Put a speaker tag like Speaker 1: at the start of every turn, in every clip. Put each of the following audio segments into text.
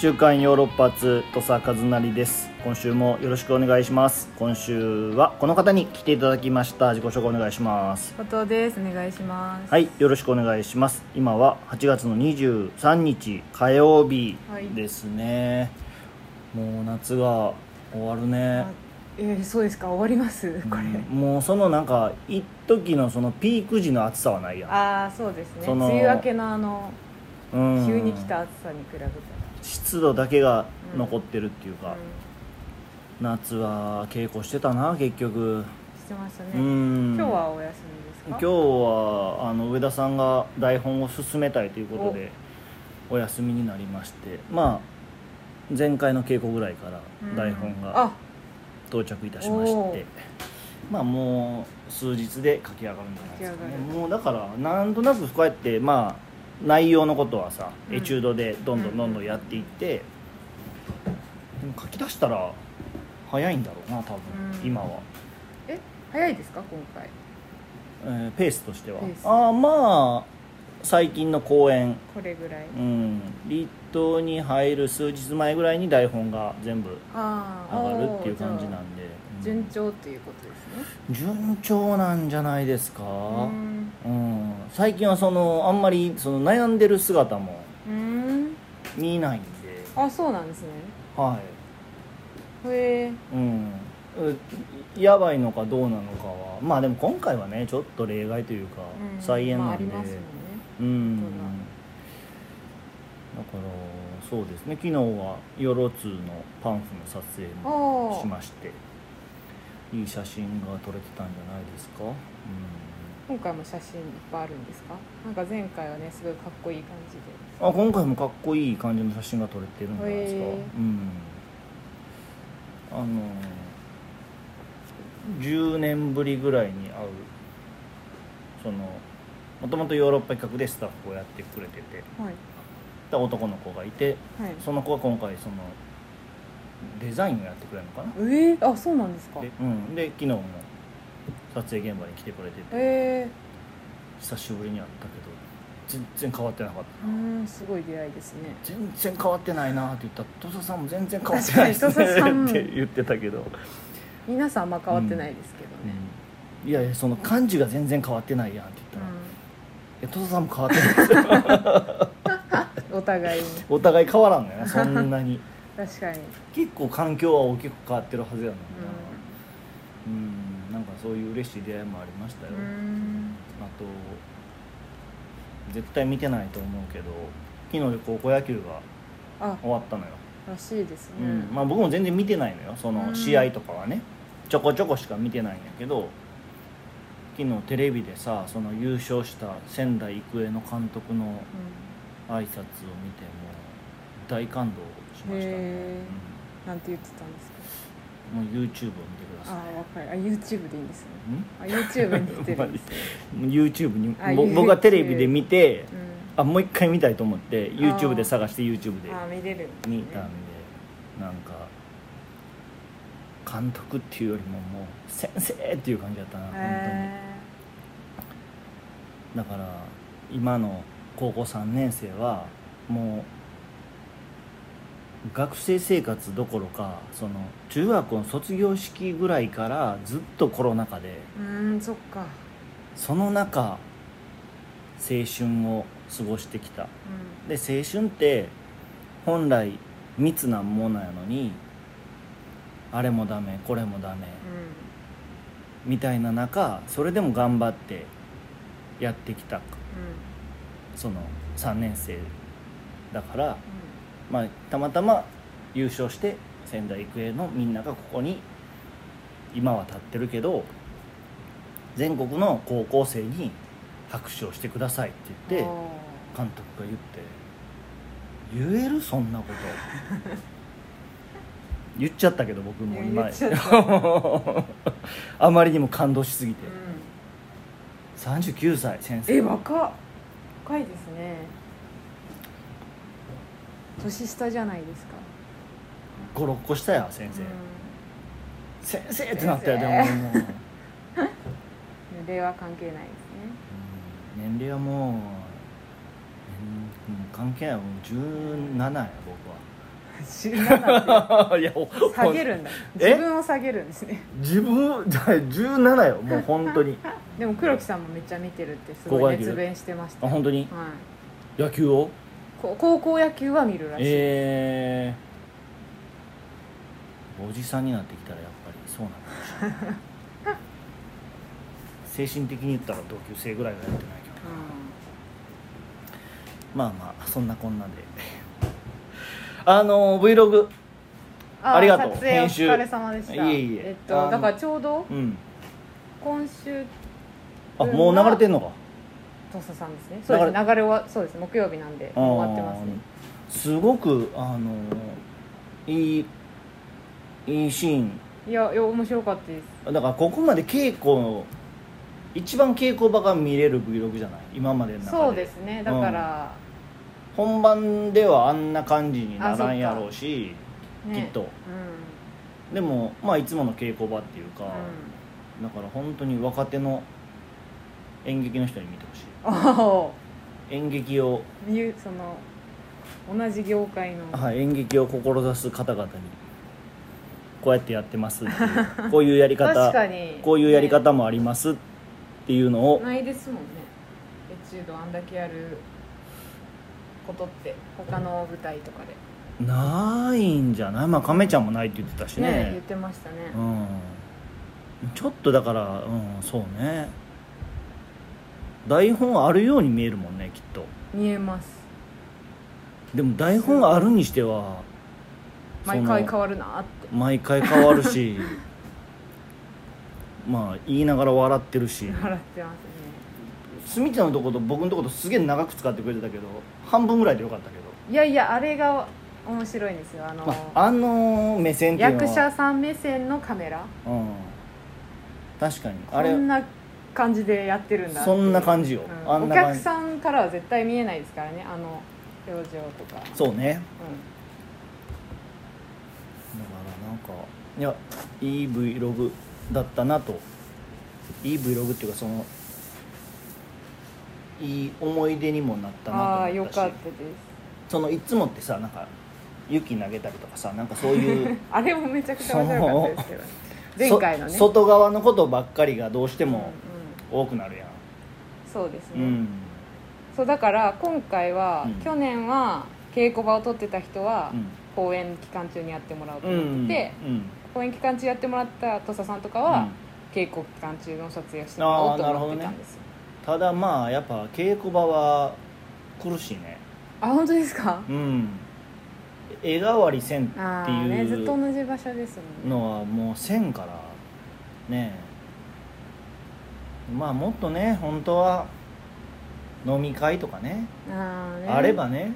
Speaker 1: 週刊ヨーロッパ通土佐和成です今週もよろしくお願いします今週はこの方に来ていただきました自己紹介お願いします
Speaker 2: 後藤ですお願いします
Speaker 1: はいよろしくお願いします今は8月の23日火曜日
Speaker 2: はい
Speaker 1: ですね、もう夏が終わるね
Speaker 2: あえー、そうですか終わりますこれ、
Speaker 1: うんもうそのなんか一時のそのピーク時の暑さはないや
Speaker 2: ああそうですね
Speaker 1: その
Speaker 2: 梅雨明けのあの
Speaker 1: ん、うん
Speaker 2: 急に来た暑さに比べたら、
Speaker 1: 湿度だけが残ってるっていうか、
Speaker 2: う
Speaker 1: 夏は稽古してたな結局
Speaker 2: ん、してましたね、
Speaker 1: うん
Speaker 2: 今日はお休み
Speaker 1: 今
Speaker 2: で
Speaker 1: 日
Speaker 2: すか
Speaker 1: はあの上田さんが台本を進めたいということでお休みになりましてまあ前回の稽古ぐらいから
Speaker 2: うん
Speaker 1: 台本が
Speaker 2: あ
Speaker 1: 到着いたしまして、
Speaker 2: おー
Speaker 1: まあもう数日で書き上がるんじゃないですかね
Speaker 2: 書き上がる
Speaker 1: もうだからなんとなくこうやってまあ内容のことはさ、
Speaker 2: うん
Speaker 1: エチュードでどんどんどんどんやっていって、でも書き出したら早いんだろうな多分、
Speaker 2: うん
Speaker 1: 今は。
Speaker 2: え早いですか今回
Speaker 1: えーペースとしては
Speaker 2: ペース
Speaker 1: ああまあ最近の公演
Speaker 2: これぐらい、
Speaker 1: うん立冬に入る数日前ぐらいに台本が全部
Speaker 2: ああ
Speaker 1: 上がるっていう感じな
Speaker 2: おー
Speaker 1: んで、
Speaker 2: じゃあ
Speaker 1: うん
Speaker 2: 順調ということですね
Speaker 1: 順調なんじゃないですか
Speaker 2: う
Speaker 1: うん最近はそのあんまりその悩んでる姿も
Speaker 2: うーん
Speaker 1: 見ないんで
Speaker 2: あそうなんですね
Speaker 1: は
Speaker 2: へえ
Speaker 1: いうんうやばいのかどうなのかはまあでも今回はねちょっと例外というか、
Speaker 2: うん
Speaker 1: 再演
Speaker 2: まあ
Speaker 1: な
Speaker 2: あ
Speaker 1: んで、
Speaker 2: りますもんね
Speaker 1: うん
Speaker 2: そ
Speaker 1: だ
Speaker 2: うだ
Speaker 1: からそうですね昨日はヨロツーのパンフの撮影も
Speaker 2: お
Speaker 1: し
Speaker 2: ー
Speaker 1: ましていい写真が撮れてたんじゃないですか、う
Speaker 2: 今回も写真いっぱいあるんですかなんか前回はねすごいかっこいい感じで
Speaker 1: ん、あ今回もかっこいい感じの写真が撮れてるんじゃないですか、
Speaker 2: へ
Speaker 1: うんあの10年ぶりぐらいに会うそのもともとヨーロッパ企画でスタッフをやってくれてて
Speaker 2: はい
Speaker 1: で男の子がいて
Speaker 2: はい
Speaker 1: その子が今回そのデザインをやってくれるのかな
Speaker 2: えー、あそうなんですか
Speaker 1: で,、うん、で昨日も撮影現場に来てくれてて
Speaker 2: え
Speaker 1: 久しぶりに会ったけど全然変わってなかった
Speaker 2: ー、うーんすごい出会いですね
Speaker 1: 全然変わってないなって言ったら「土佐さんも全然変わってないですね」
Speaker 2: 確かに土佐さ ん
Speaker 1: って言ってたけど、
Speaker 2: 皆さんあんま変わってないですけどね、
Speaker 1: いやいやその漢字が全然変わってないやんって言ったら「いや土佐さんも変わってないです
Speaker 2: うんお互いに
Speaker 1: お互い変わらんのよなそんなに
Speaker 2: 確かに
Speaker 1: 結構環境は大きく変わってるはずやのにな、うんなんかそういう嬉しい出会いもありましたよ、
Speaker 2: うん
Speaker 1: あと絶対見てないと思うけど昨日で高校野球が
Speaker 2: あ
Speaker 1: 終わったのよ、
Speaker 2: らしいですね、
Speaker 1: うんまあ、僕も全然見てないのよそうの
Speaker 2: ん
Speaker 1: 試合とかはねちょこちょこしか見てないんやけど昨日テレビでさその優勝した仙台育英の監督の
Speaker 2: う
Speaker 1: 挨拶を見ても大感動しましたね、
Speaker 2: へんなんて言ってたんですか
Speaker 1: うん、もう YouTube を見てくだ
Speaker 2: あ
Speaker 1: さ
Speaker 2: わかるあ YouTube でいいんですね
Speaker 1: いん
Speaker 2: あ YouTube に出てるんですね、
Speaker 1: YouTube に
Speaker 2: あ
Speaker 1: ぼ
Speaker 2: YouTube
Speaker 1: 僕はテレビで見て
Speaker 2: うん
Speaker 1: あもう一回見たいと思って YouTube で探して YouTube で
Speaker 2: あ見れるんですね
Speaker 1: 見たんでなんか監督っていうよりももう先生っていう感じだったな本
Speaker 2: へ
Speaker 1: 当にだから今の高校3年生はもう学生生活どころかその中学校の卒業式ぐらいからずっとコロナ禍で
Speaker 2: ーうーんそっか、
Speaker 1: その中青春を過ごしてきた
Speaker 2: う
Speaker 1: で青春って本来密なものやのにあれもダメこれもダメ
Speaker 2: んうん、
Speaker 1: みたいな中それでも頑張ってやってきたその3年生だから、
Speaker 2: う
Speaker 1: まあ、たまたま優勝して仙台育英のみんながここに今は立ってるけど全国の高校生に拍手をしてくださいって言
Speaker 2: んうん、
Speaker 1: って
Speaker 2: おー
Speaker 1: 監督が言って「言えるそんなこと」 言っちゃったけど僕も
Speaker 2: いや
Speaker 1: 今
Speaker 2: 言っちゃっ
Speaker 1: あまりにも感動しすぎて
Speaker 2: う
Speaker 1: 39歳先
Speaker 2: ん、え
Speaker 1: 生
Speaker 2: 若っ若いですね年下じゃないですか、
Speaker 1: 56個下や先生、
Speaker 2: う
Speaker 1: 先生ってなったよで
Speaker 2: 先
Speaker 1: もも
Speaker 2: 生
Speaker 1: う、うん
Speaker 2: ん、年齢は関係ないで
Speaker 1: 年齢はもう、うんもう関係ないもう17や僕は
Speaker 2: 17っ
Speaker 1: いやお
Speaker 2: て下げるん だ
Speaker 1: え
Speaker 2: 自分を下げるんですね
Speaker 1: 自分じゃあ17よもう本 当にあ
Speaker 2: でも黒木さんもめっちゃ見てるってすごい熱弁してましたよ
Speaker 1: 本当に
Speaker 2: はい
Speaker 1: 野球を
Speaker 2: こ高校野球は見るらしい、
Speaker 1: えー、おじさんになってきたらやっぱりそうなのかもしれない精神的に言ったら同級生ぐらいはやってないけどまあまあそんなこんなで あの Vlog
Speaker 2: ー
Speaker 1: ありがとう
Speaker 2: 撮影お
Speaker 1: 編集
Speaker 2: 疲れ様でした
Speaker 1: いえいえ
Speaker 2: えっ
Speaker 1: あ
Speaker 2: と
Speaker 1: の
Speaker 2: だからちょうど
Speaker 1: うん
Speaker 2: 今週
Speaker 1: あもう流れてんのか
Speaker 2: 土佐さんですねそうですね流れはそうです木曜日なんで終わってますね
Speaker 1: あーすごくあのいいいいシーン
Speaker 2: いやいや面白かったです
Speaker 1: だからここまで稽古の一番稽古場が見れる Vlog じゃない今までの中で
Speaker 2: そうですねだから、
Speaker 1: 本番ではあんな感じにならんやろうし
Speaker 2: ね
Speaker 1: きっと
Speaker 2: う
Speaker 1: でもまあいつもの稽古場っていうか
Speaker 2: ん、うん、、
Speaker 1: だから本当に若手の演劇の人に見てほしい
Speaker 2: お
Speaker 1: 演劇を、
Speaker 2: ーいうその同じ業界の
Speaker 1: はい、演劇を志す方々にこうやってやってますっていう こういうやり
Speaker 2: 確か
Speaker 1: 方
Speaker 2: に
Speaker 1: こういうやり
Speaker 2: ね
Speaker 1: 方もありますっていうのを
Speaker 2: ないですもんねエチュードあんだけやることって他の舞台とかで
Speaker 1: ないんじゃないまあ亀ちゃんもないって言ってたし
Speaker 2: ね
Speaker 1: ね
Speaker 2: 言ってましたね、
Speaker 1: うんちょっとだからうんそうね台本あるように見えるもんねきっと
Speaker 2: 見えます
Speaker 1: でも台本あるにしては
Speaker 2: 毎回
Speaker 1: その
Speaker 2: 変わるなって
Speaker 1: 毎回変わるし まあ言いながら笑ってるし
Speaker 2: 笑ってますね
Speaker 1: すみちゃんのとこと僕のとことすげえ長く使ってくれてたけど半分ぐらいでよかったけど
Speaker 2: いやいやあれが面白いんですよあの、
Speaker 1: まああの目線っていうのは
Speaker 2: 役者さん目線のカメラ
Speaker 1: うん確かにあ
Speaker 2: こ
Speaker 1: れ
Speaker 2: んな感じでやってるんだって
Speaker 1: そんな感じよ、
Speaker 2: うん
Speaker 1: あん
Speaker 2: お
Speaker 1: な感
Speaker 2: 客
Speaker 1: じ
Speaker 2: さんからは絶対見えないですからねあの表情とか
Speaker 1: そうね
Speaker 2: う
Speaker 1: だからなんかいやいい Vlog だったなといい Vlog っていうかそのいい思い出にもなった
Speaker 2: ん、あ
Speaker 1: な
Speaker 2: あ
Speaker 1: と
Speaker 2: よ
Speaker 1: 思ったし
Speaker 2: かったで
Speaker 1: そのいつもってさなんか雪投げたりとかさなんかそういう
Speaker 2: すあれもめちゃくちゃ面白かったですけど前回のね
Speaker 1: そ外側のことばっかりがどうして
Speaker 2: うんう
Speaker 1: も
Speaker 2: ん
Speaker 1: 多くなるやん
Speaker 2: そうです
Speaker 1: う
Speaker 2: ね、
Speaker 1: ん、
Speaker 2: そうだから今回は、
Speaker 1: うん
Speaker 2: 去年は稽古場を取ってた人は、
Speaker 1: うん
Speaker 2: 公演期間中にやってもらおうと
Speaker 1: うん
Speaker 2: 思ってて、
Speaker 1: うん
Speaker 2: 公演期間中やってもらった土佐さんとか
Speaker 1: う
Speaker 2: は、
Speaker 1: ん
Speaker 2: 稽古期間中の撮影をしてもらおうと思ってたんですよ
Speaker 1: ただまあやっぱ稽古場は苦しいね
Speaker 2: あ,、本当ですか
Speaker 1: うん絵代わりせんって
Speaker 2: ああ
Speaker 1: い
Speaker 2: ね
Speaker 1: う
Speaker 2: ずっと同じ場所ですもんね
Speaker 1: のはもうせんからねえまあもっとね本当は飲み会とかね
Speaker 2: あーね
Speaker 1: あればね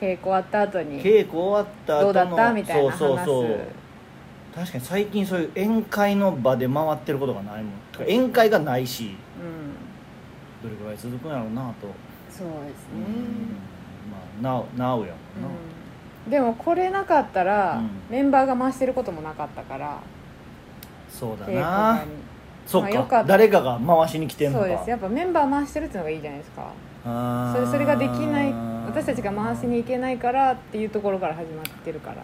Speaker 2: 稽古終わった後に
Speaker 1: 稽古終わった後
Speaker 2: ど
Speaker 1: の
Speaker 2: うだったみたいな話
Speaker 1: そうそうそう確かに最近そういう宴会の場で回ってることがないもんてか宴会がないし
Speaker 2: う
Speaker 1: ど
Speaker 2: ん、
Speaker 1: れぐらい続くんやろうなと、
Speaker 2: そうですね、
Speaker 1: うんまあなおなおやもんな、
Speaker 2: うん、でもこれなかったら、
Speaker 1: うん
Speaker 2: メンバーが回してることもなかったから
Speaker 1: そうだ
Speaker 2: 稽古場
Speaker 1: な
Speaker 2: に
Speaker 1: そっ
Speaker 2: まあ
Speaker 1: か,、
Speaker 2: よかった
Speaker 1: 誰かが回しに来てんのか
Speaker 2: そうですやっぱメンバー回してるっていうのがいいじゃないですか
Speaker 1: あ
Speaker 2: そ
Speaker 1: ー
Speaker 2: れそれができない私たちが回しに行けないからっていうところから始まってるから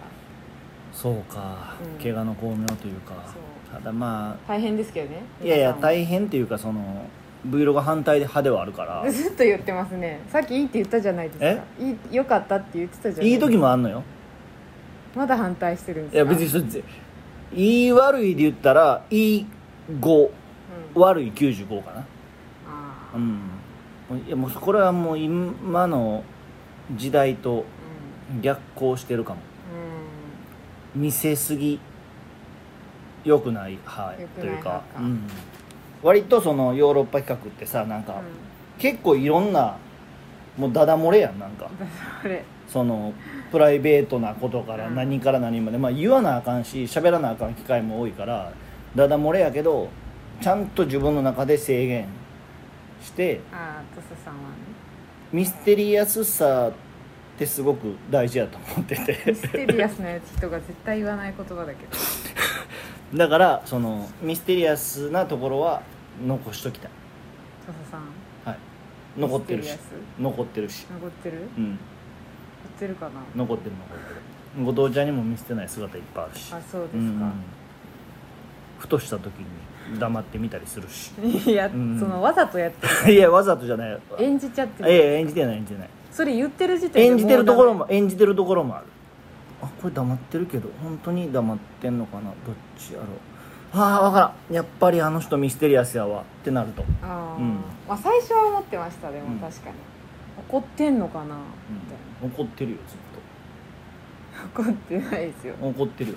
Speaker 1: そうか、
Speaker 2: うん
Speaker 1: 怪我の巧妙というか
Speaker 2: そ
Speaker 1: た
Speaker 2: う
Speaker 1: だま
Speaker 2: 大変ですけどね
Speaker 1: あいやいや
Speaker 2: 皆さんも
Speaker 1: 大変っていうかその Vlog 反対で派ではある から
Speaker 2: ずっと言ってますねさっきいいって言ったじゃないですかいいよかったって言ってたじゃない
Speaker 1: いい
Speaker 2: ですか
Speaker 1: 時もあんのよ
Speaker 2: まだ反対してるんです
Speaker 1: い
Speaker 2: か
Speaker 1: や別にそれぜいい悪いで言ったらいい5
Speaker 2: うん、
Speaker 1: 悪い95かな
Speaker 2: あ
Speaker 1: う
Speaker 2: ーうん
Speaker 1: んいやもうこれはもう今の時代と逆行してるかも見せすぎ良くない派
Speaker 2: 良く
Speaker 1: と
Speaker 2: ない
Speaker 1: いうか
Speaker 2: 派か
Speaker 1: うん、割とそのヨーロッパ企画ってさなん
Speaker 2: う
Speaker 1: か、
Speaker 2: んうん
Speaker 1: 結構いろんなもうダダ漏れやんなんか
Speaker 2: これ
Speaker 1: そのプライベートなことから
Speaker 2: うん
Speaker 1: 何から何まで、まあ、言わなあかんし喋らなあかん機会も多いからダダ漏れやけどちゃんと自分の中で制限して
Speaker 2: ああトサさんはね
Speaker 1: ミステリアスさってすごく大事やと思ってて
Speaker 2: ミステリアスなやつ人が絶対言わない言葉だけど
Speaker 1: だからそのミステリアスなところは残しときたい、
Speaker 2: トサさん
Speaker 1: はい、残ってるし
Speaker 2: ミステリア
Speaker 1: 残ってるし
Speaker 2: ス残ってる
Speaker 1: うん
Speaker 2: 残ってるかな
Speaker 1: 残ってる残ってる後藤ちゃんにも見せてない姿いっぱいあるし
Speaker 2: あそうですか、
Speaker 1: うんふとした時に黙ってみたりするし
Speaker 2: いや、
Speaker 1: うん
Speaker 2: そのわざとやってる
Speaker 1: いやわざとじゃない
Speaker 2: 演じちゃって
Speaker 1: い
Speaker 2: る、
Speaker 1: やいや演じてない演じてない
Speaker 2: それ言ってる時点で
Speaker 1: 演じてるところ
Speaker 2: も
Speaker 1: も演じてるところもあるあこれ黙ってるけど本当に黙ってんのかなどっちやろうああ分からんやっぱりあの人ミステリアスやわってなると、
Speaker 2: うダメあー、
Speaker 1: うん
Speaker 2: まあ、最初は思ってましたで
Speaker 1: う
Speaker 2: も
Speaker 1: ん
Speaker 2: 確かに、怒ってんのかな、
Speaker 1: うん怒ってるよずっ
Speaker 2: みたいな怒ってないですよ
Speaker 1: と怒ってるよ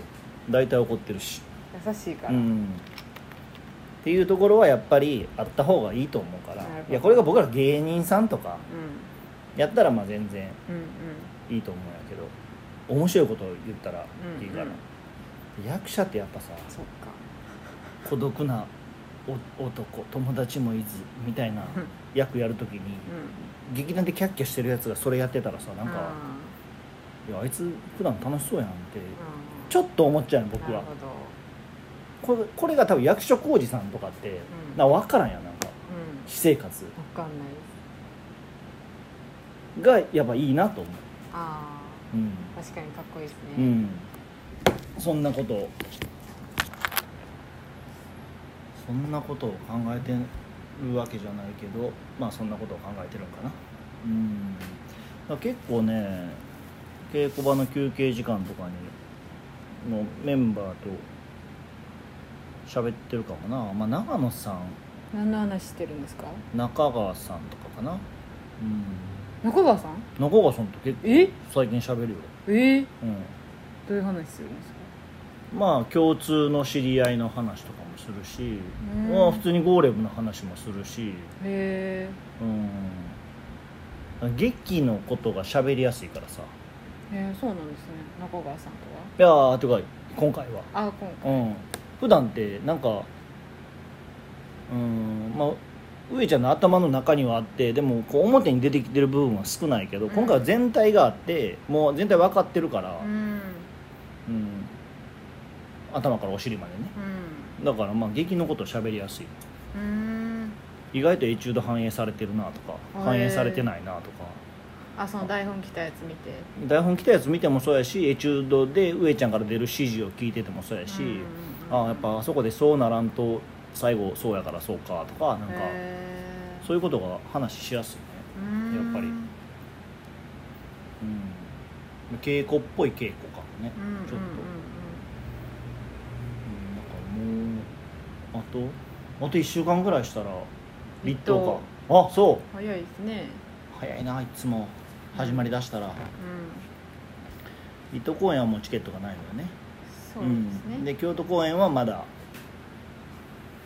Speaker 1: 大体怒ってるし
Speaker 2: 優しいから、
Speaker 1: うんっていうところはやっぱりあった方がいいと思うから
Speaker 2: なるほど
Speaker 1: いやこれが僕ら芸人さんとか
Speaker 2: う
Speaker 1: やったらまあ全然
Speaker 2: ん、うん
Speaker 1: いいと思うんやけど面白いことを言ったらいいから、
Speaker 2: うん
Speaker 1: 役者ってやっぱさ
Speaker 2: そっか
Speaker 1: 孤独なお男友達もいずみたいな
Speaker 2: うん
Speaker 1: 役やるときに
Speaker 2: う
Speaker 1: 劇団でキャッキャしてるやつがそれやってたらさなんんか
Speaker 2: あ
Speaker 1: 「いやあいつ普段楽しそうやん」って
Speaker 2: ー
Speaker 1: ちょっと思っちゃうの僕
Speaker 2: な
Speaker 1: は
Speaker 2: るほど、
Speaker 1: これこれが多分役所広司さんとかって
Speaker 2: うん
Speaker 1: な分からんやんなんか
Speaker 2: うん、
Speaker 1: 私生活
Speaker 2: わかんないです
Speaker 1: がやっぱいいなと思
Speaker 2: あ
Speaker 1: ううん、
Speaker 2: あ確かにかっこいいです
Speaker 1: う
Speaker 2: ね、
Speaker 1: ん、そんなことをそんなことを考えてるわけじゃないけどまあそんなことを考えてるんかなうんだから結構ね稽古場の休憩時間とかにのメンバーと喋ってるかもな、まあ、長野さん
Speaker 2: 何の話してるんですか
Speaker 1: 中川さんとかかなうん
Speaker 2: 中川さん
Speaker 1: 中川さんと結
Speaker 2: え
Speaker 1: 構最近喋るよ、
Speaker 2: えー、
Speaker 1: うん、
Speaker 2: どういう話するんですか
Speaker 1: まあ共通の知り合いの話とかもするし、
Speaker 2: うん
Speaker 1: まあ、普通にゴーレムの話もするし、
Speaker 2: へ
Speaker 1: うん、劇のことが喋りやすいからさ
Speaker 2: えへえそうなんですね中川さんと
Speaker 1: いやーてか今回は、
Speaker 2: はあ今回
Speaker 1: うん、普段ってなんかうんまあ上ちゃんの頭の中にはあってでもこう表に出てきてる部分は少ないけど
Speaker 2: うん
Speaker 1: 今回は全体があってもう全体分かってるから、
Speaker 2: うん
Speaker 1: うん、頭からお尻までねだからまあ劇のこと喋りやすい
Speaker 2: うんうん
Speaker 1: 意外とエチュード反映されてるなとか
Speaker 2: へー
Speaker 1: 反映されてないなとか
Speaker 2: あその台本来たやつ見て
Speaker 1: 台本来たやつ見てもそうやしエチュードで上ちゃんから出る指示を聞いててもそうやし、
Speaker 2: うん
Speaker 1: ああやっぱあそこでそうならんと最後そうやからそうかとかなんか
Speaker 2: へー
Speaker 1: そういうことが話しやすいね、
Speaker 2: うん
Speaker 1: やっぱりうん、稽古っぽい稽古かもね、
Speaker 2: うんうんうんうん
Speaker 1: ちょっと、うん、なんかもうあとあと1週間ぐらいしたら立冬かあそう
Speaker 2: 早いですね
Speaker 1: 早いないつも始まりだしたら、
Speaker 2: うん
Speaker 1: 伊東公演はもうチケットがないのよね
Speaker 2: そうですね、
Speaker 1: んで京都公演はまだ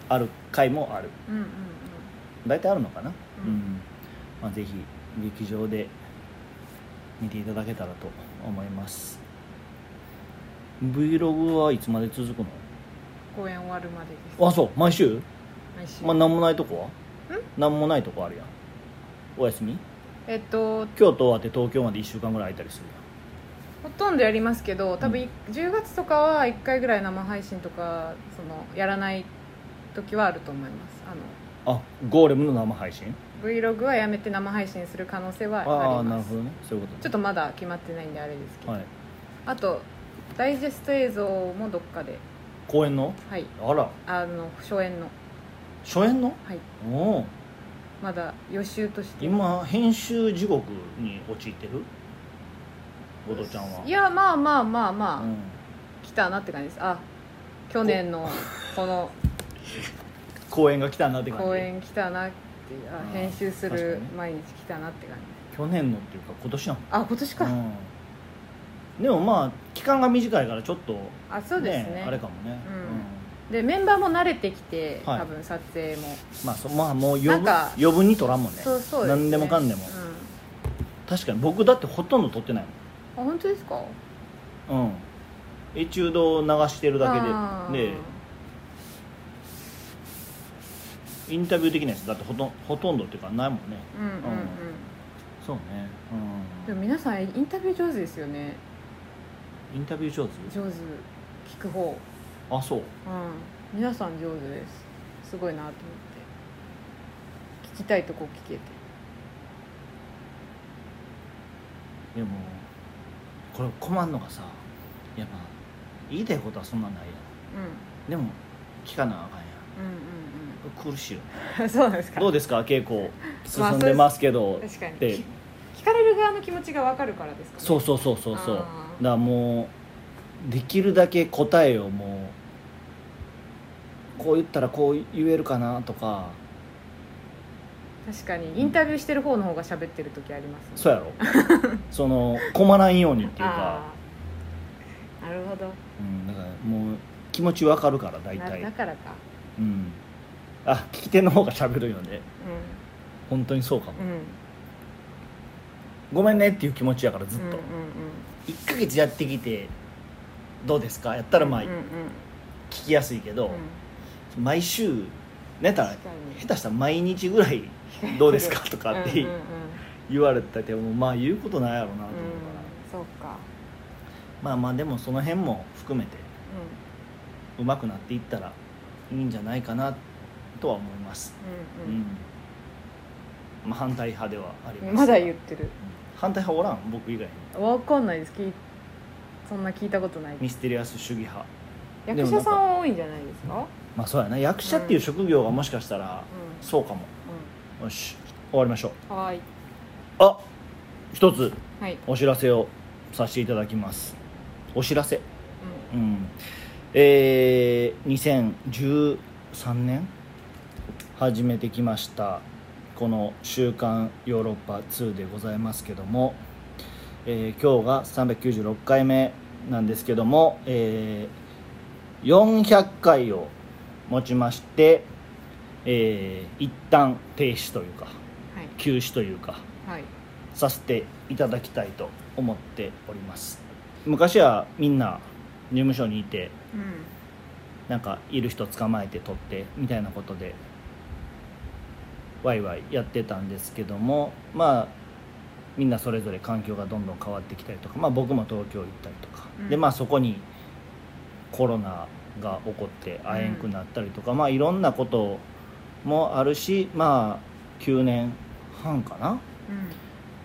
Speaker 1: ある回もある
Speaker 2: うんうん
Speaker 1: 大体あるのかな
Speaker 2: うん
Speaker 1: まあ、ぜひ劇場で見ていただけたらと思います Vlog はいつまで続く
Speaker 2: うん公演終わるまでです
Speaker 1: のあそう毎週、
Speaker 2: 毎週
Speaker 1: まあ、何もないとこは何もないとこあるやんお休み
Speaker 2: えっと
Speaker 1: 京都終わって東京まで1週間ぐらい空いたりする
Speaker 2: ほとんどやりますけど多分い10月とかは1回ぐらい生配信とかそのやらない時はあると思いますあの
Speaker 1: やんあゴーレムの生配信
Speaker 2: Vlog はやめて生配信する可能性は
Speaker 1: あ
Speaker 2: あ
Speaker 1: あ
Speaker 2: り
Speaker 1: な
Speaker 2: ま
Speaker 1: る
Speaker 2: す
Speaker 1: ほどねそういうことね
Speaker 2: ちょっとまだ決まってないんであれですけど、
Speaker 1: はい、
Speaker 2: あとダイジェスト映像もどっかで
Speaker 1: 公演の
Speaker 2: はい
Speaker 1: あら
Speaker 2: あの初演の
Speaker 1: 初演の
Speaker 2: はい
Speaker 1: おお
Speaker 2: まだ予習として
Speaker 1: 今編集地獄に陥ってる後藤ちゃんはい
Speaker 2: やまあまあまあまあ、
Speaker 1: うん、
Speaker 2: 来たなって感じですあ去年のこの
Speaker 1: 公演が来たなって感じ
Speaker 2: 公演来たなっていうあ
Speaker 1: あー
Speaker 2: 編集す
Speaker 1: 確
Speaker 2: る
Speaker 1: かにね
Speaker 2: 毎日来たなって感じ
Speaker 1: 去年のっていうか今年やん、
Speaker 2: あ今年か、
Speaker 1: うん、でもまあ期間が短いからちょっと
Speaker 2: あそうですね
Speaker 1: あれかもね、
Speaker 2: うんでメンバーも慣れてきて、
Speaker 1: はい
Speaker 2: 多分撮影も
Speaker 1: まあそまあもう余分
Speaker 2: なんか
Speaker 1: 余分に取らんもんね
Speaker 2: そうそうです、ね、
Speaker 1: 何でもかんでも、
Speaker 2: うん、あ
Speaker 1: 確かに僕だってほとんど取ってない
Speaker 2: 本当ですか
Speaker 1: もんうんエチュードを流してるだ
Speaker 2: あー
Speaker 1: けででインタビューできないやつだってほとんほとんどっていうかないもんね
Speaker 2: うんうんうん、
Speaker 1: そうね、う
Speaker 2: で
Speaker 1: ん、
Speaker 2: も皆さんインタビュー上手ですよね
Speaker 1: インタビュー上手
Speaker 2: 上手聞く方
Speaker 1: あそう
Speaker 2: うん皆さん上手ですすごいなと思って聞きたいとこ聞けて
Speaker 1: でもこれ困るのがさいやまあ言いたいことはそんなんないやんでも聞かなあかんや
Speaker 2: うんうん
Speaker 1: ん苦しいよね
Speaker 2: うんうんそうですか
Speaker 1: どうですか稽 古進んでますけど、
Speaker 2: 確かに
Speaker 1: で
Speaker 2: き聞かれる側の気持ちが分かるからですかね
Speaker 1: そうそうそうそうそうだ
Speaker 2: あ
Speaker 1: か
Speaker 2: ー
Speaker 1: らもうできるだけ答えをもうこう言ったらこう言えるかなとか
Speaker 2: 確かにインタビューしてる方の方が喋ってる時ありますね
Speaker 1: そうや ろその困らんようにっていうか、
Speaker 2: あーなるほど
Speaker 1: うん、だからもう気持ちわかるから大
Speaker 2: なだ
Speaker 1: 体
Speaker 2: からか
Speaker 1: うんあ聞き手の方が喋るよね本当にそうかも、
Speaker 2: うんうん
Speaker 1: ごめんねっていう気持ちやからずっ
Speaker 2: うんうん
Speaker 1: と、
Speaker 2: うん
Speaker 1: 一1ヶ月やってきてどうですかやったらまあ
Speaker 2: うんうん
Speaker 1: 聞きやすいけど、
Speaker 2: うん
Speaker 1: 毎週寝たら
Speaker 2: 確かに
Speaker 1: 下手したら毎日ぐら いどうですかとかって
Speaker 2: うんうんうん
Speaker 1: 言われたけどもまあ言うことないやろうなと思うか
Speaker 2: うん
Speaker 1: ら、
Speaker 2: そうか
Speaker 1: まあまあでもその辺も含めて
Speaker 2: うん
Speaker 1: うまくなっていったらいいんじゃないかなとは思います、
Speaker 2: う
Speaker 1: うん
Speaker 2: うん
Speaker 1: まあ、反対派ではあります
Speaker 2: まだ
Speaker 1: う
Speaker 2: 言ってる
Speaker 1: 反対派おらん僕以外に
Speaker 2: わかんないです聞いそんな聞いたことない
Speaker 1: ミステリアス主義派でも
Speaker 2: 役者さんは多いんじゃないですか
Speaker 1: まあそうやな役者っていう職業がもしかしたらそうかも
Speaker 2: う
Speaker 1: よし終わりましょうん
Speaker 2: うんはーい
Speaker 1: あ一つ
Speaker 2: はい、
Speaker 1: お知らせをさせていただきますお知らせうんえー、2013年始めてきましたこの「週刊ヨーロッパ2」でございますけども、えー今日が396回目なんですけども、えー400回をもちまして、えー一旦停止というか
Speaker 2: う
Speaker 1: 休止というか
Speaker 2: ん、はいはい
Speaker 1: させていただきたいと思っております昔はみんな事務所にいて
Speaker 2: うん
Speaker 1: なんかいる人捕まえて撮ってみたいなことでワイワイやってたんですけどもまあみんなそれぞれ環境がどんどん変わってきたりとか、まあ、僕も東京行ったりとか、
Speaker 2: うん
Speaker 1: でまあそこにコロナが起こって会えんくなったりとか、まあいろんなこともあるしまあ9年半かな
Speaker 2: うん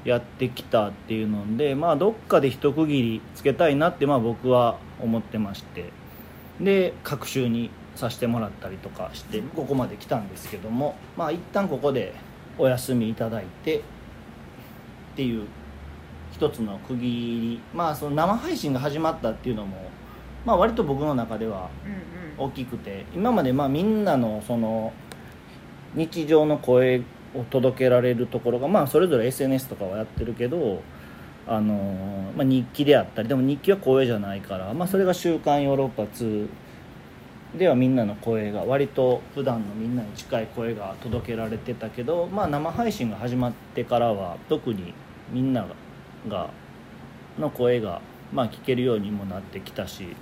Speaker 1: やってきたっていうのでまあどっかで一区切りつけたいなってまあ僕は思ってましてで隔週にさせてもらったりとかしてここまで来たんですけどもまあ一旦ここでお休みいただいてっていう一つの区切りまあその生配信が始まったっていうのもまあ割と僕の中では
Speaker 2: うん
Speaker 1: 大きくて今までまあみんなのその日常の声を届けられるところがまあそれぞれ SNS とかはやってるけどあのー、まあ、日記であったりでも日記は声じゃないから、まあ、それが「週刊ヨーロッパ2」ではみんなの声が割と普段のみんなに近い声が届けられてたけど、まあ、生配信が始まってからは特にみんなががの声が、まあ、聞けるようにもなってきたし。
Speaker 2: うん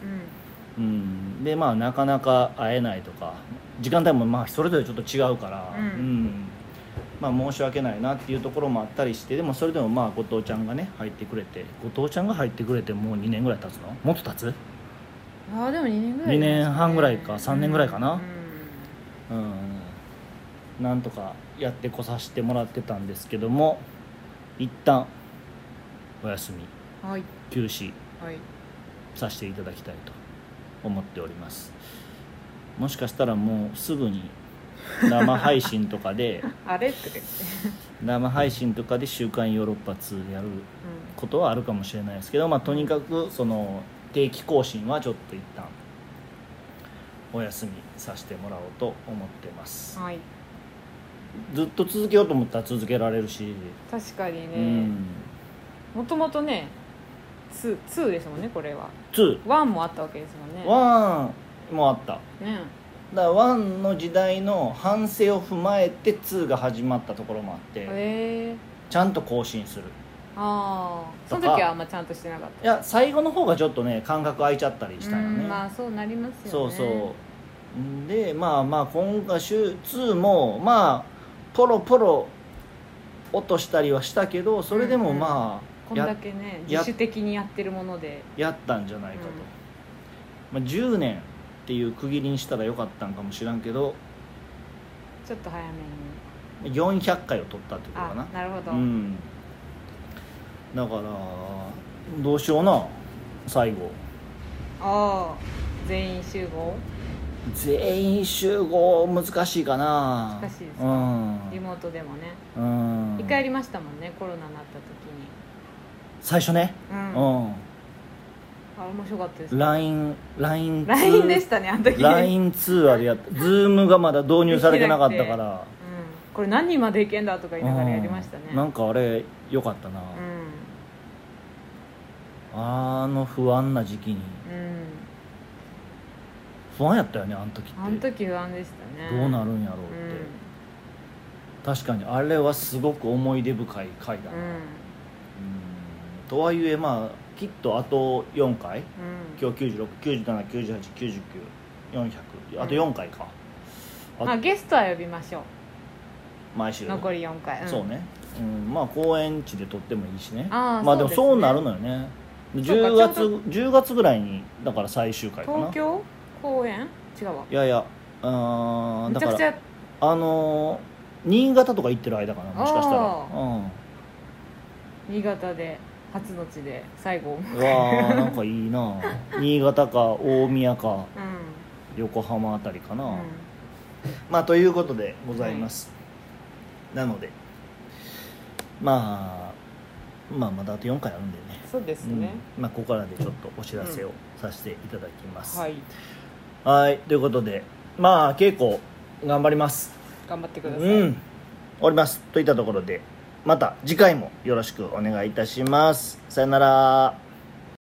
Speaker 1: うん、でまあなかなか会えないとか時間帯もまあそれぞれちょっと違うから、
Speaker 2: うん
Speaker 1: まあ、申し訳ないなっていうところもあったりしてでもそれでもまあ後藤ちゃんがね入ってくれて後藤ちゃんが入ってくれてもう2年ぐらい経つのもっと経つ、
Speaker 2: うんああでも2年ぐらい
Speaker 1: 二年半ぐらいか三年ぐらいかな
Speaker 2: うん
Speaker 1: うん、なんとかやってこさせてもらってたんですけども一旦お休み
Speaker 2: うんはい
Speaker 1: 休止
Speaker 2: はい
Speaker 1: させていただきたいと思っておりますもしかしたらもうすぐに生配信とかで
Speaker 2: あれって言って
Speaker 1: 生配信とかで「週刊ヨーロッパ2」やる
Speaker 2: う
Speaker 1: ことはあるかもしれないですけど、まあ、とにかくその定期更新はちょっと一旦お休みさせてもらおうと思ってます
Speaker 2: んはい
Speaker 1: ずっと続けようと思ったら続けられるし、
Speaker 2: 確かに
Speaker 1: う
Speaker 2: ね
Speaker 1: ん
Speaker 2: もともとね 2, 2ですもんねこれは
Speaker 1: 2
Speaker 2: 1もあったわけですもんね
Speaker 1: 1もあった
Speaker 2: ね
Speaker 1: だからワンの時代の反省を踏まえて2が始まったところもあって、
Speaker 2: へえ
Speaker 1: ちゃんと更新する
Speaker 2: ああそ
Speaker 1: とか
Speaker 2: の時はあんまちゃんとしてなかった
Speaker 1: いや最後の方がちょっとね間隔空いちゃったりしたよね,、
Speaker 2: うんまあそうなります
Speaker 1: そ
Speaker 2: よ
Speaker 1: う
Speaker 2: ね
Speaker 1: そうでまあまあ今回週2もまあポロポロ落としたりはしたけどそれでも
Speaker 2: うんうん
Speaker 1: まあ、
Speaker 2: こん
Speaker 1: や
Speaker 2: だけね
Speaker 1: や
Speaker 2: 自主的にやってるもので
Speaker 1: やったんじゃないかと、まあ、10年っていう区切りにしたらよかったんかもしらんけど
Speaker 2: ちょっと早めに
Speaker 1: 400回を取ったってことかな
Speaker 2: あなるほど、
Speaker 1: うん、だからどうしような最後
Speaker 2: ああ全員集合
Speaker 1: 全員集合難しいかな
Speaker 2: 難しいですかリモートでもね
Speaker 1: うん、うん、
Speaker 2: 一回やりましたもんねコロナになった時
Speaker 1: 最初ね
Speaker 2: に
Speaker 1: う
Speaker 2: うん
Speaker 1: ん
Speaker 2: あ面白かったです
Speaker 1: LINE LINE 通
Speaker 2: LINE でしたねあの時
Speaker 1: LINE 通話でやった Zoom がまだ導入されてなかったか
Speaker 2: でき
Speaker 1: ら
Speaker 2: うんこれ何人までいけんだとか言いながら やりましたね
Speaker 1: うんなんかあれよかったな、
Speaker 2: う
Speaker 1: あの不安な時期に
Speaker 2: んうん
Speaker 1: 不安やったよねあの時って
Speaker 2: あの時不安でしたね
Speaker 1: どうな
Speaker 2: る
Speaker 1: るんやろう
Speaker 2: う
Speaker 1: っ
Speaker 2: ん
Speaker 1: て、確かにあれはすごく思い出深い回だな、
Speaker 2: う
Speaker 1: うん
Speaker 2: ん
Speaker 1: とはいえまあきっとあと4回
Speaker 2: うん
Speaker 1: 今日9697989940あと4回か、
Speaker 2: まあゲストは呼びましょ
Speaker 1: 毎週
Speaker 2: う残り4回ん
Speaker 1: そうね、うん、まあ公園地で撮ってもいいしね
Speaker 2: ああ
Speaker 1: まあでもそうなる
Speaker 2: の
Speaker 1: のよね
Speaker 2: そうか
Speaker 1: 10月
Speaker 2: ちょうど
Speaker 1: 10月ぐらいにだから最終回かな
Speaker 2: 東京公演違う
Speaker 1: いやいやうー
Speaker 2: わ
Speaker 1: ん
Speaker 2: め
Speaker 1: だ
Speaker 2: ち
Speaker 1: か
Speaker 2: ゃくち
Speaker 1: ら
Speaker 2: ゃ
Speaker 1: あのー新潟とか行ってる間かなもしかしたら
Speaker 2: あ
Speaker 1: うん
Speaker 2: 新潟で初の地で最後うん
Speaker 1: うわーなんかいい な新潟か大宮か横浜あたりかな、
Speaker 2: うん
Speaker 1: まあということでございます、なのでまあまあまだあと4回あるんでね
Speaker 2: そうですね
Speaker 1: うんまあ、ここからでちょっとお知らせをさせていただきます、
Speaker 2: はい
Speaker 1: はいということでまあ稽古頑張ります
Speaker 2: 頑張ってください
Speaker 1: うんおりますといったところでまた次回もよろしくお願いいたしますさよなら